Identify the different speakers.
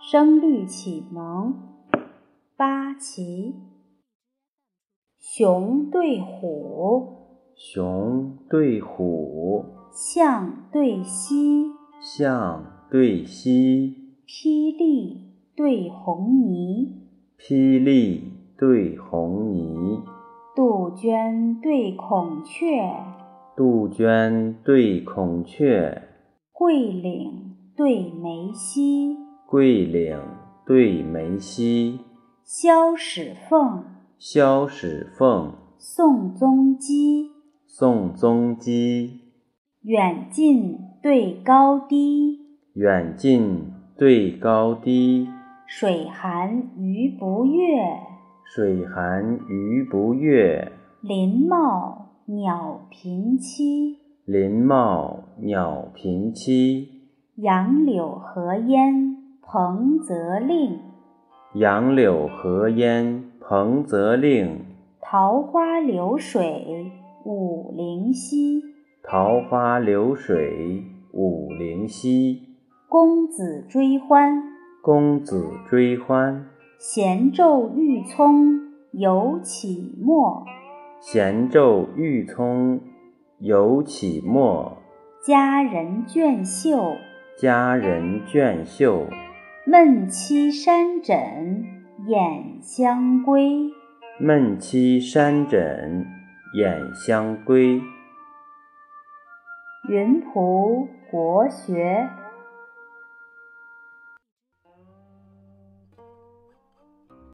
Speaker 1: 声律启蒙，八奇，熊对虎，
Speaker 2: 熊对虎，
Speaker 1: 象对犀，
Speaker 2: 象对犀，
Speaker 1: 霹雳对红泥，
Speaker 2: 霹雳对红泥，
Speaker 1: 杜鹃对孔雀，
Speaker 2: 杜鹃对孔雀，
Speaker 1: 桂岭对梅溪，
Speaker 2: 桂岭对梅溪，
Speaker 1: 萧史凤，
Speaker 2: 萧史凤，
Speaker 1: 宋宗基，
Speaker 2: 宋宗基，
Speaker 1: 远近对高低，
Speaker 2: 远近对高低，
Speaker 1: 水寒鱼不跃，
Speaker 2: 水寒鱼不跃，
Speaker 1: 林茂鸟频栖。
Speaker 2: 林茂鸟频栖。
Speaker 1: 杨柳河淹彭泽令，
Speaker 2: 杨柳河淹彭泽令，
Speaker 1: 桃花流水五陵溪。
Speaker 2: 桃花流水五陵溪。
Speaker 1: 公子追欢，
Speaker 2: 公子追欢，
Speaker 1: 闲昼欲聪犹起末。
Speaker 2: 闲昼欲聪犹起末。
Speaker 1: 佳人倦袖，
Speaker 2: 佳人倦袖，
Speaker 1: 闷期山枕掩香归。
Speaker 2: 闷期山枕掩香归。
Speaker 1: 云浦国学。